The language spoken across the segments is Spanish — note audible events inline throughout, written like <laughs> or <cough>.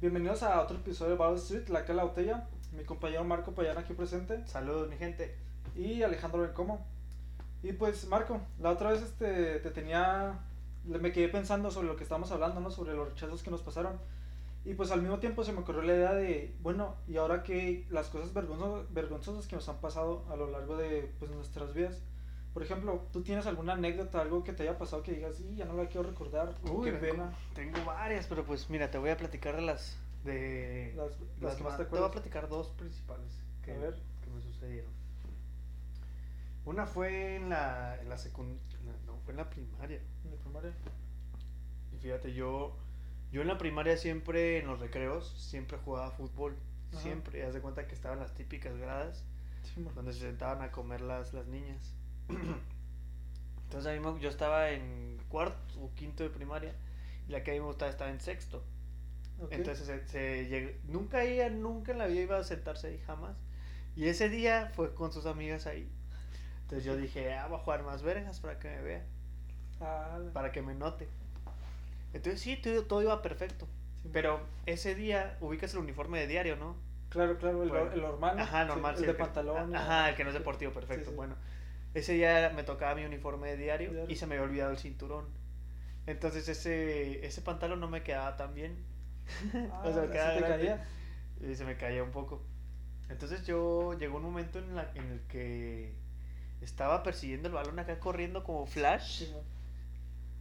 Bienvenidos a otro episodio de Battle Street, la que es la botella. Mi compañero Marco Payán aquí presente Saludos, mi gente. y Alejandro Bencomo. Y pues, Marco, la otra vez este, te tenía. le- Me quedé pensando sobre lo que estábamos hablando, ¿no? Sobre los rechazos que nos pasaron. Y pues al mismo tiempo se me ocurrió la idea de, bueno, y ahora que las cosas vergonzo- vergonzosas que nos han pasado a lo largo de pues, nuestras vidas. Por ejemplo, ¿tú tienes alguna anécdota, algo que te haya pasado que digas, sí, ya no la quiero recordar? Uy, qué me- pena. Tengo varias, pero pues mira, te voy a platicar de las. De, Las, las que más te Te voy a acuerdas. platicar dos principales que, A ver. que me sucedieron. Una fue en la, en la secundaria. No, fue en la primaria. En la primaria. Y fíjate, yo, yo en la primaria siempre, en los recreos, siempre jugaba fútbol. Ajá. Siempre, haz de cuenta que estaban las típicas gradas Sí, mo- donde se sentaban a comer las, las niñas. <clears throat> Entonces a mí me- yo estaba en cuarto o quinto de primaria y la que a mí me gustaba estaba en sexto. ok. Entonces se, se lleg- nunca ella, nunca en la vida iba a sentarse ahí jamás. Y ese día fue con sus amigas ahí. Entonces yo dije, ah, voy a jugar más vergas para que me vea, Ah, la- para que me note. Entonces sí, todo, todo iba perfecto. sí, mo- Pero ese día ubicas el uniforme de diario, ¿no? Claro, claro, el, Bueno. el normal. ¿no? Ajá, Sí, normal. el sí, Ah, de pantalón. Ajá, el que no es deportivo, perfecto. sí. Bueno, ese día me tocaba mi uniforme de diario, Diario. y se me había olvidado el cinturón. Entonces ese, ese pantalón no me quedaba tan bien. Ah, O sea, ¿así cada te grande. caía? Y se me caía un poco. Entonces yo llegó un momento en, la, en el que estaba persiguiendo el balón acá corriendo como flash. Sí, mo-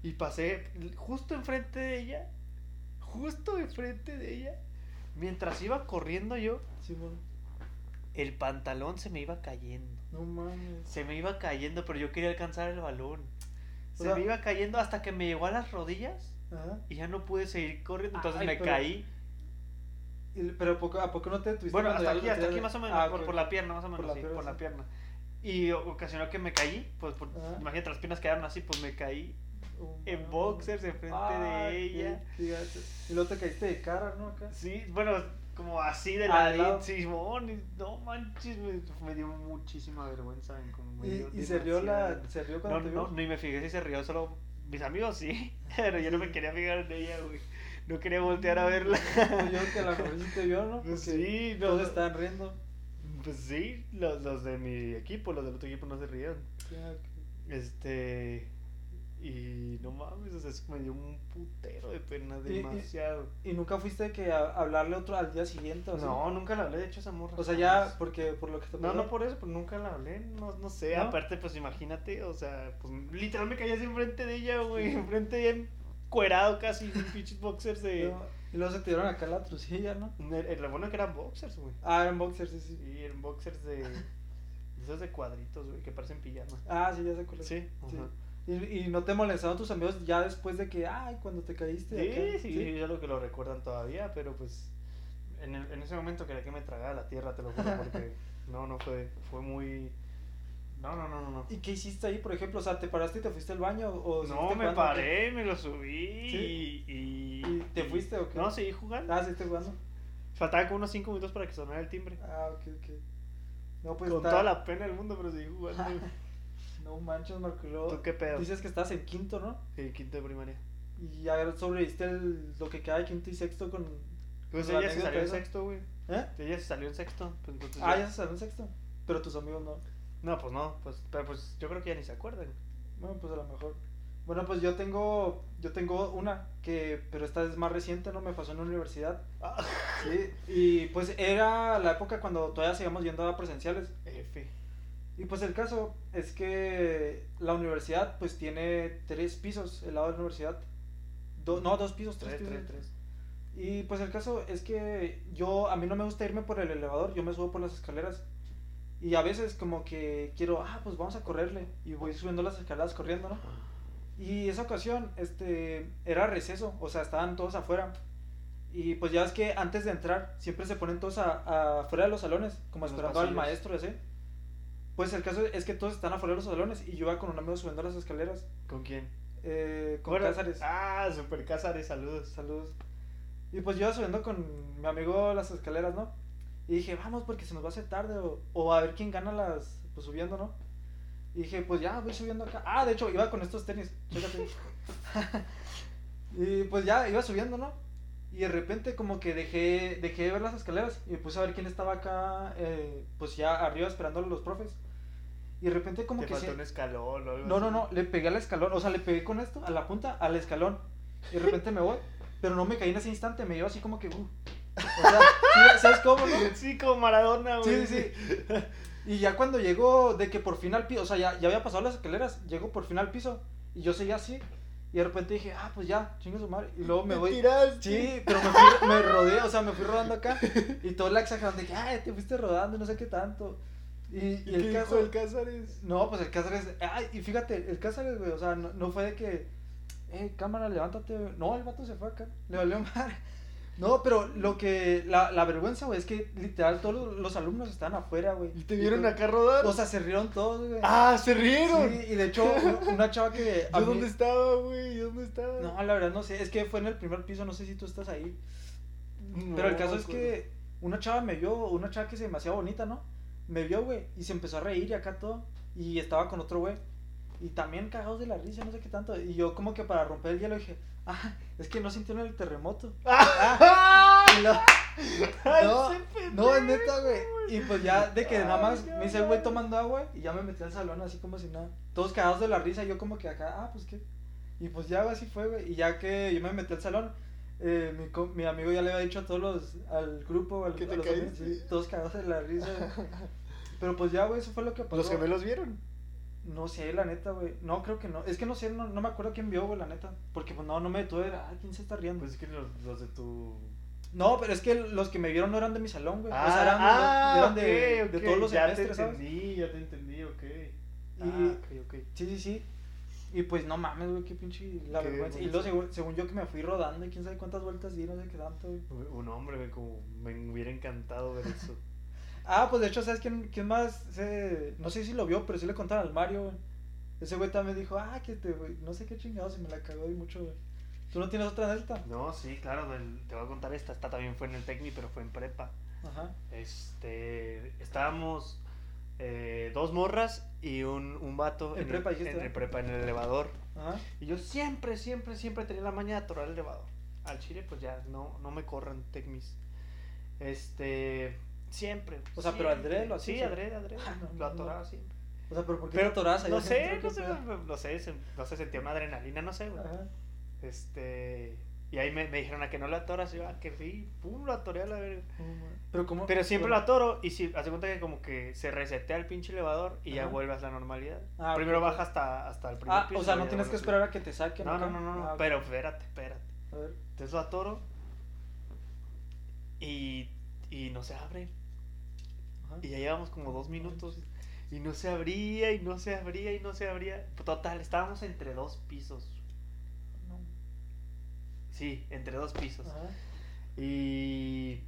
Y pasé justo enfrente de ella. Justo enfrente de ella. Mientras iba corriendo yo, sí, mo- el pantalón se me iba cayendo. No mames. Se me iba cayendo, pero yo quería alcanzar el balón. O Se sea- me iba cayendo hasta que me llegó a las rodillas Ajá. y ya no pude seguir corriendo, entonces Ay, me pero- caí. Y- pero ¿a poco, ¿a poco no te tuviste Bueno, cuando hasta ya aquí, lo hasta tenías aquí de- más o menos, Ah, por, ok. por la pierna, más o menos, la sí, pierna, por la sí. pierna. Y ocasionó que me caí, pues por, Ajá. imagínate, las piernas quedaron así, pues me caí Oh, en mames. boxers enfrente Ah, de ella. qué gacho. Y luego te caíste de cara, ¿no? Acá. Sí, bueno, como así de Ah, la de lado. Simón, y no manches, me, me dio muchísima vergüenza. en cómo me Y, dio y se rió demasiada la. vergüenza. Se rió cuando No, te no, vio. ni me fijé si se rió, solo mis amigos sí, <laughs> pero yo no me quería fijar en ella, güey. No quería voltear <laughs> a verla. Yo que a lo mejor sí te vio, <laughs> ¿no? Pues Porque sí, no. Todos estaban riendo. Pues sí, los, los de mi equipo, los del otro equipo no se rieron. Ya, ah, ok. Este. Y no mames, o sea, eso me dio un putero de pena Y- y- demasiado. Y nunca fuiste que a- hablarle otro al día siguiente, o sea. No, nunca la hablé, de hecho, esa morra. O sea, jamás. ya, porque por lo que te No, pasó. no por eso, pero nunca la hablé, no, no sé. ¿No? Aparte, pues imagínate, o sea, pues literal me caí así enfrente de ella, güey, enfrente de ella, encuerado casi, en pinches boxers <laughs> de. No, Y luego se te dieron acá la trucilla, ¿no? Eh, Lo bueno que eran boxers, güey. Ah, en boxer, sí, sí. Sí, eran boxers de. de Esos de cuadritos, güey, que parecen pijama. Ah, sí, ya sé cuál es. Sí, Sí. ajá. Y, y no te molestaron tus amigos ya después de que, ay, cuando te caíste. Sí, acá. sí, sí, yo lo que lo recuerdan todavía, pero pues en, el- en ese momento quería que me tragara la tierra, te lo juro, porque <laughs> no, no fue, fue muy... No, no, no, no, no. ¿Y qué hiciste ahí, por ejemplo? O sea, ¿te paraste y te fuiste al baño? O No, seguiste me jugando? paré, me lo subí ¿Sí? y, ¿Y te fuiste o qué? No, seguí jugando. Ah, sí, te jugando. Faltaba como unos 5 minutos para que sonara el timbre. Ah, ok, ok. No, pues Con está- toda la pena del mundo, pero seguí jugando. <laughs> No manches, Marco. y luego ¿Tú qué pedo? Dices que estás en quinto, ¿no? Sí, quinto de primaria. Y ya sobreviviste el- lo que queda de quinto y sexto con... Pues La ella se anécdota salió en esa. sexto, güey. ¿Eh? Ella se salió en sexto. Pues entonces Ah, yo- ya se salió en sexto. Pero tus amigos no. No, pues no, pues, pero pues yo creo que ya ni se acuerdan. Bueno, pues a lo mejor. Bueno, pues yo tengo, yo tengo una que, pero esta es más reciente, ¿no? Me pasó en la universidad. Ah. Sí. Y pues era la época cuando todavía seguíamos yendo a presenciales. F. Y pues el caso es que la universidad pues tiene tres pisos, el lado de la universidad. Do- no, dos pisos, tres, Tres, pisos. tres, tres. Y pues el caso es que yo, a mí no me gusta irme por el elevador, yo me subo por las escaleras. Y a veces como que quiero, ah, pues vamos a correrle. Y voy subiendo las escaleras corriendo, ¿no? Y esa ocasión, este, era receso, o sea, estaban todos afuera. Y pues ya es que antes de entrar, siempre se ponen todos a- a- afuera de los salones, como En los esperando al pasillos. maestro, así. Pues el caso es que todos están afuera de los salones y yo iba con un amigo subiendo las escaleras, ¿Con quién? eh, con Bueno, Cázares. Ah, Super Cázares, saludos. Saludos. Y pues yo iba subiendo con mi amigo las escaleras, ¿no? Y dije, vamos porque se nos va a hacer tarde o, o a ver quién gana las, pues subiendo, ¿no? Y dije, pues ya, voy subiendo acá. Ah, de hecho, <laughs> iba con estos tenis, chécate. y pues ya, iba subiendo, ¿no? Y Y de repente como que dejé, dejé de ver las escaleras y me puse a ver quién estaba acá, eh, pues ya arriba esperándole los profes. Y de repente como Te que... faltó se- un escalón o algo No, no, así. no, le pegué al escalón, o sea, le pegué con esto, a la punta, al escalón. Y de repente me voy, pero no me caí en ese instante, me iba así como que... uh. O sea, sí, ¿sabes cómo? no? Sí, como Maradona, Sí, güey. sí, Y ya cuando llegó, de que por fin al piso, o sea, ya, ya había pasado las escaleras, llego por fin al piso y yo seguía así. Y de repente dije, ah, pues ya, chingue su madre. Y luego me Te voy. tiraste. Sí, pero me, fui- me rodé, o sea, me fui rodando acá. Y todo la exagerando, de que, ay, te fuiste rodando, no sé qué tanto. Y, ¿Y, y qué el dijo caso. el Cázares? No, pues el Cáceres. Ay, y fíjate, el Cáceres, güey, o sea, no, no fue de que. Eh, cámara, levántate. güey". No, el vato se fue acá. Le valió <laughs> madre. No, pero lo que. La, la vergüenza, güey, es que literal todos los, los alumnos estaban afuera, güey. ¿Y te vieron todo- acá rodar? O sea, se rieron todos, güey. ¡Ah, se rieron! Sí, y de hecho, u- una chava que. a <laughs> ¿Yo mí- dónde estaba, güey? ¿Yo dónde estaba? No, la verdad no sé. Es que fue en el primer piso, no sé si tú estás ahí. No Pero el caso me es que una chava me vio, una chava que se demasiado bonita, ¿no? Me vio, güey, y se empezó a reír y acá todo. Y estaba con otro güey. Y también cagados de la risa, no sé qué tanto. Y yo como que para romper el hielo dije, ah, es que no sintieron el terremoto. ¡Ah! Y lo- <laughs> ¡Ay, No, ese pendejo! no, es neta, güey. Y pues ya de que nada más Ay, no, me hice el güey no. tomando agua y ya me metí al salón así como si nada. Todos cagados de la risa, yo como que acá, ah, pues qué. Y pues ya güey, así fue, güey. Y ya que yo me metí al salón, eh, mi, co- mi amigo ya le había dicho a todos los, al grupo, al, Que te a los caíste. amigos, sí, todos cagados de la risa. <laughs> güey. Pero pues ya, güey, eso fue lo que pasó. Los gemelos vieron. No sé, la neta, güey. No, creo que no. Es que no sé, no, no me acuerdo quién vio, güey, la neta. Porque pues no, no me detuve. Ah, ¿quién se está riendo? Pues es que los, los de tu. no, pero es que los que me vieron no eran Pues, de mi salón, güey. o sea, eran, Ah, eran de, ok, ok, de todos los ya semestres, te ¿sabes? entendí, ya te entendí, ok. Y- Ah, ok, ok. Sí, sí, sí. Y pues no mames, güey, qué pinche la Qué vergüenza. Y vergüenza. luego según, según yo que me fui rodando y quién sabe cuántas vueltas di, no sé qué tanto, güey. Un hombre, güey, como me hubiera encantado ver eso. Ah, pues de hecho, ¿sabes quién, quién más? se- No sé si lo vio, pero sí le contaron al Mario, güey. Ese güey también dijo, ah, que te, güey, no sé qué chingado, se me la cagó y mucho, güey. ¿Tú no tienes otra anécdota? <laughs> No, sí, claro, del- te voy a contar esta. Esta también fue en el Tecni, pero fue en prepa. Ajá. Este, estábamos eh, dos morras y un, un vato En el- prepa, dijiste, en el ¿verdad? prepa, en el elevador. Ajá. Y yo siempre, siempre, siempre tenía la maña de atorar el elevador. Al chile, pues ya, no, no me corran tecnis. Este, siempre. O sea, pero siempre. adrede lo Sí, hacías. adrede, adrede. Ah, no, Ah, lo no. atoraba siempre. O sea, pero ¿por qué Pero te atoras ahí? No Déjame sé, entrar, no qué sé, pedo. no sé, se- no sé, sentía una adrenalina, no sé, güey. Ajá. Este, y ahí me, me dijeron a que no lo atoras. Y yo, ah, que sí, pum, lo atoré a la verga. Pero cómo... Pero siempre lo pero- atoro y si hace cuenta que como que se resetea el pinche elevador y ya Ajá. vuelves a la normalidad. Ah, Primero ok. baja hasta, hasta el primer Ah, piso. o sea, y no ya tienes que vuelves. esperar a que te saquen. No, acá. no, no, no, no, Ah, ok. pero espérate, espérate. A ver. Entonces lo atoro y, y no se abre. Ajá. Y ya llevamos como dos minutos y no se abría y no se abría y no se abría. Total, estábamos entre dos pisos. No. pues, Sí, entre dos pisos. Ajá. Y.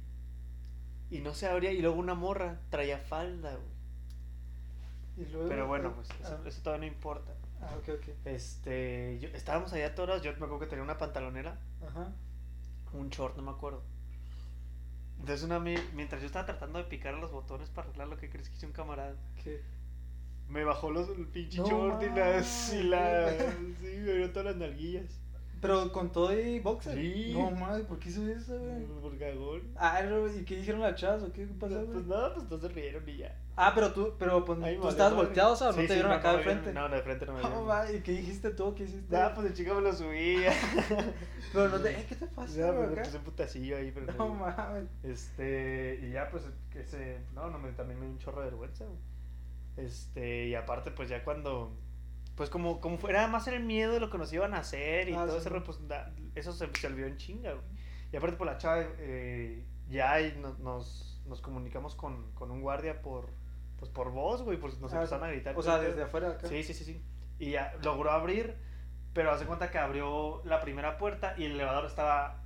Y no se abría. Y luego una morra traía falda, güey. Y luego- Pero bueno, pues Ah, eso, eso todavía no importa. ah, ok, ok. Este, yo- estábamos allá todas, yo me acuerdo que tenía una pantalonera, Ajá. un short, no me acuerdo. Entonces una mi- mientras yo estaba tratando de picar los botones para arreglar lo que crees que hice un camarada, ¿Qué? me bajó los el pinche No short y las y mames. la sí, me vio todas las nalguillas. Pero con todo y boxer. Pues, Sí. No mames, ¿por qué hizo eso, güey? Por cagón. Ah, no, ¿y qué dijeron las chavas o qué pasó, güey? Pues nada, pues todos se rieron y ya. Ah, pero tú, pero pues, Ahí tú valió estabas madre. volteado, o sea, no Sí, te sí, vieron acá no de me vieron, frente. No, no, de frente no me No, vieron. mames, ¿y qué dijiste tú? ¿Qué hiciste? Nada, pues el chico me lo subía. Pero no te, eh, ¿qué te pasa, pues, Ya, pues güey? me acá? puse un putacillo ahí, pero No mames. Este, y ya pues que se no, no me también me dio un chorro de vergüenza. güey. Este, y aparte pues ya cuando pues como como fuera más el miedo de lo que nos iban a hacer y Ah, todo sí, ese ¿no? rollo, pues, da- eso se, se olvidó en chinga, güey. Y aparte por la chava eh, ya y no- nos, nos comunicamos con, con un guardia por pues por voz, güey, pues nos Ah, empezaron a gritar. O sea, todo el desde afuera acá. Sí, sí, sí, sí. Y ya logró abrir, pero hace cuenta que abrió la primera puerta y el elevador estaba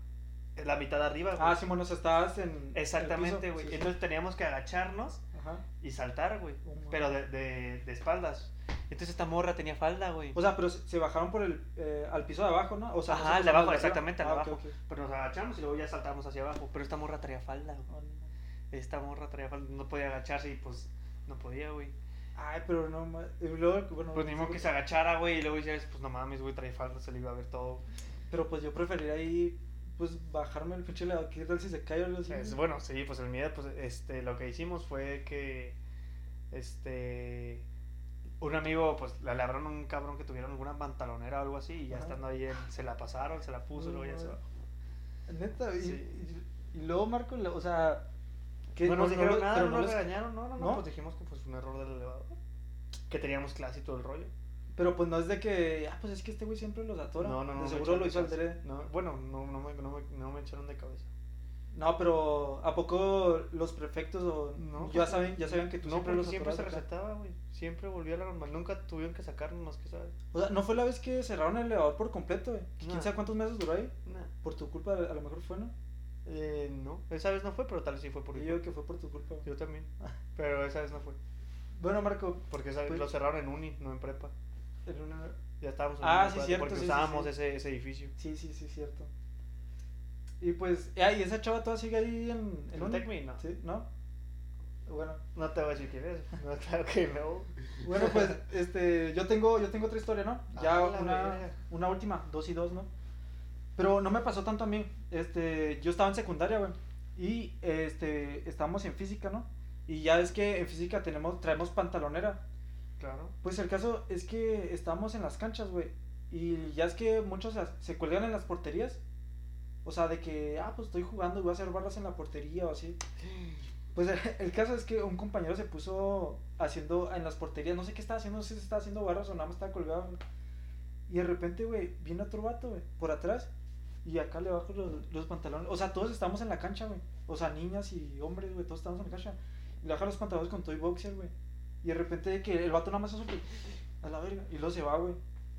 en la mitad de arriba. güey. Ah, sí, bueno, o sea, estabas en. el piso. Exactamente, güey. Sí, sí. Entonces teníamos que agacharnos Ajá. y saltar, güey. Oh, mames. Pero de, de, de espaldas. Entonces esta morra tenía falda, güey. O sea, pero se se bajaron por el, eh, al piso de abajo, ¿no? O sea, no Ajá, se al de pasaron abajo, arriba. exactamente, al de Ah, ok, abajo. ok. Pero nos agachamos y luego ya saltamos hacia abajo. Pero esta morra traía falda, güey. Oh, no. Esta morra traía falda. No podía agacharse y pues no podía, güey. Ay, pero no mames. Y luego, bueno, Pues ni modo que se agachara, güey. Y luego ya ves, pues no mames, güey, trae falda. Se le iba a ver todo. Pero pues yo preferiría ahí pues bajarme el pinche elevador. ¿Qué tal si se cae o algo así? Es, bueno, sí, pues el miedo, pues este, lo que hicimos fue que este un amigo, pues le agarraron un cabrón que tuvieron alguna pantalonera o algo así, y ya Ajá. estando ahí él se la pasaron, se la puso, No, luego ya se no, bajó. Neta, y, Sí. y- y luego Marco, le- o sea, que no nos no- no dijeron lo- nada, pero no nos les- regañaron, no, no, no, ¿No? pues dijimos que pues fue un error del elevador. Que teníamos clase y todo el rollo. Pero pues no es de que, ah, pues es que este güey siempre los atora. No, no, no. De me seguro echaron lo de hizo al cabeza. dere- No, bueno, no, no, me, no, me, no me echaron de cabeza. No, pero ¿a poco los prefectos o No, ya porque- saben, ya saben que tú no, siempre pero los siempre se atorabas acá? recetaba, güey. Siempre volvía a la normal. Nunca tuvieron que sacarnos más que sabes. O sea, no fue la vez que cerraron el elevador por completo, güey. Que No. ¿Quién sabe cuántos meses duró ahí? Nah. Por tu culpa, a lo mejor fue, ¿no? Eh, no, esa vez no fue, pero tal vez sí fue por Yo mi digo culpa. que fue por tu culpa. güey. Yo también. <laughs> Pero esa vez no fue. Bueno, Marco, Porque esa vez Pues- lo cerraron en uni, no en prepa. en una- Ya estábamos en Ah, uni, sí, acuérdate, cierto, Porque sí, sí, usábamos sí. Ese, ese edificio. Sí, sí, sí, cierto. Y pues, ah, y esa chava toda sigue ahí en... ¿En un- Tecmi? No. Sí, ¿no? Bueno, No te voy a decir quién es. <laughs> No, claro que no. bueno pues, este, yo tengo, yo tengo otra historia, ¿no? Ya Ah, la una, verga. una última, dos y dos, ¿no? Pero no me pasó tanto a mí, este, yo estaba en secundaria, güey, y, este, estábamos en física, ¿no? Y ya es que en física tenemos, traemos pantalonera, Claro. Pues el caso es que estábamos en las canchas, güey. Y ya es que muchos se- se cuelgan en las porterías. O sea, de que, ah, pues estoy jugando y voy a hacer barras en la portería o así. Pues <laughs> el caso es que un compañero se puso haciendo en las porterías. No sé qué estaba haciendo, no sé si estaba haciendo barras o nada más estaba colgado. güey. Y de repente, güey, viene otro vato, güey, por atrás. Y acá le bajo los, los pantalones. O sea, todos estamos en la cancha, güey. O sea, niñas y hombres, güey, todos estamos en la cancha. Y le baja los pantalones con Toy Boxer, güey. Y de repente de que el vato nada más hace un que, a la verga. Y luego se va, güey.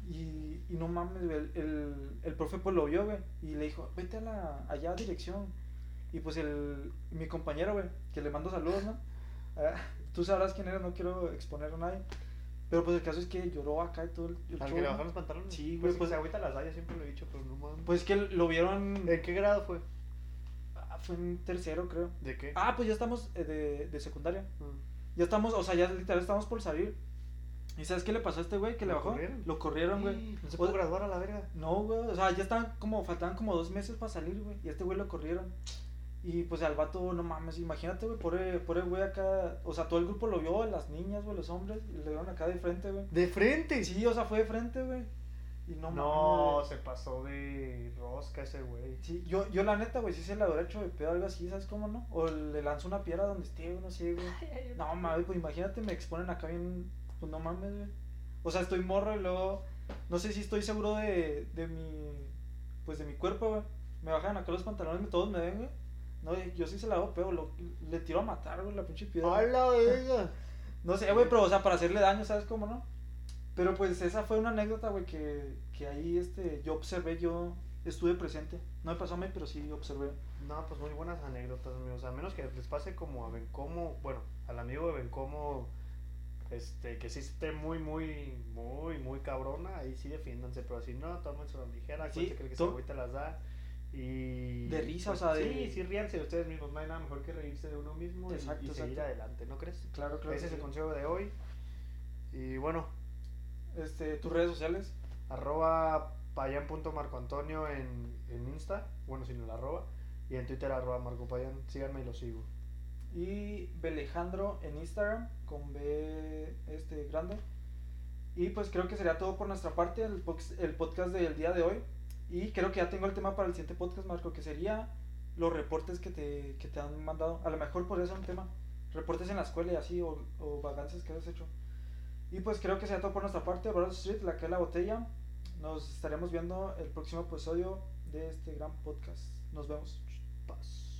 Y, y no mames, güey. El, el, el profe pues lo vio, güey. Y le dijo, vete a la, allá a dirección. Y pues el, mi compañero, güey, que le mando saludos, ¿no? Ah, Tú sabrás quién eres, no quiero exponer a nadie. Pero pues el caso es que lloró acá y todo el, el ¿Al show, que le ¿no? bajaron los pantalones? Sí, Pues, güey, pues- se agüita las hayas, siempre lo he dicho, pero no mames. Pues que lo vieron, ¿En qué grado fue? ah, fue en tercero, creo. ¿De qué? Ah, pues ya estamos eh, de, de secundaria. Mm. Ya estamos, o sea, ya literal estamos por salir. ¿Y sabes qué le pasó a este güey que le ¿Lo bajó? corrieron? Lo corrieron, güey. Pues No se O- pudo graduar a la verga. No, güey, o sea, ya estaban como, faltaban como dos meses para salir, güey. Y a este güey lo corrieron. Y pues al vato, no mames, imagínate, güey, pobre, pobre güey acá. O sea, todo el grupo lo vio, las niñas, güey, los hombres, y le vieron acá de frente, güey. ¿De frente? Sí, o sea, fue de frente, güey. Y no, No, mames. se pasó de rosca ese güey. Sí, yo, yo la neta, güey, sí se le habrá hecho de pedo algo así, ¿sabes cómo no? O le lanzo una piedra donde esté, güey, no sé, güey. No mames, pues imagínate, me exponen acá bien. Pues no mames, güey. O sea, estoy morro y luego. No sé si estoy seguro de, de mi. Pues de mi cuerpo, güey. Me bajan acá los pantalones, me- todos me ven, güey. No, güey, yo sí se la hago pedo, lo- le tiro a matar, güey, la pinche piedra. ¡A la verga! No sé, güey, pero o sea, para hacerle daño, ¿sabes cómo no? Pero pues esa fue una anécdota, güey, que, que ahí este, yo observé, yo estuve presente. No me pasó a mí, pero sí observé. No, pues muy buenas anécdotas, amigos. A menos que les pase como a Bencomo, bueno, al amigo de Bencomo, este, que sí esté muy, muy, muy, muy cabrona, ahí sí defiéndanse, pero si no, tómense la ligera, Sí, acuérdense que el que se to- agüita las da. Y. pues, De risa, o sea, de- Sí, sí, ríanse de ustedes mismos, no hay nada mejor que reírse de uno mismo y- Exacto, y, seguir exacto. adelante, ¿no crees? Claro, claro. Ese es que el sí. consejo de hoy. Y bueno, Este, tus redes sociales. arroba payan.marcoantonio en, en Insta, bueno, si no la arroba, y en Twitter arroba marcopayan, síganme y lo sigo. y Belejandro en Instagram con B este grande. Y pues creo que sería todo por nuestra parte el, pox- el podcast del día de hoy. Y creo que ya tengo el tema para el siguiente podcast, Marco, que sería los reportes que te, que te han mandado. A lo mejor podría ser un tema. Reportes en la escuela y así, o, o vagancias que has hecho. Y pues creo que sería todo por nuestra parte. Broad Street, la que es la botella. Nos estaremos viendo el próximo episodio de este gran podcast. Nos vemos. Paz.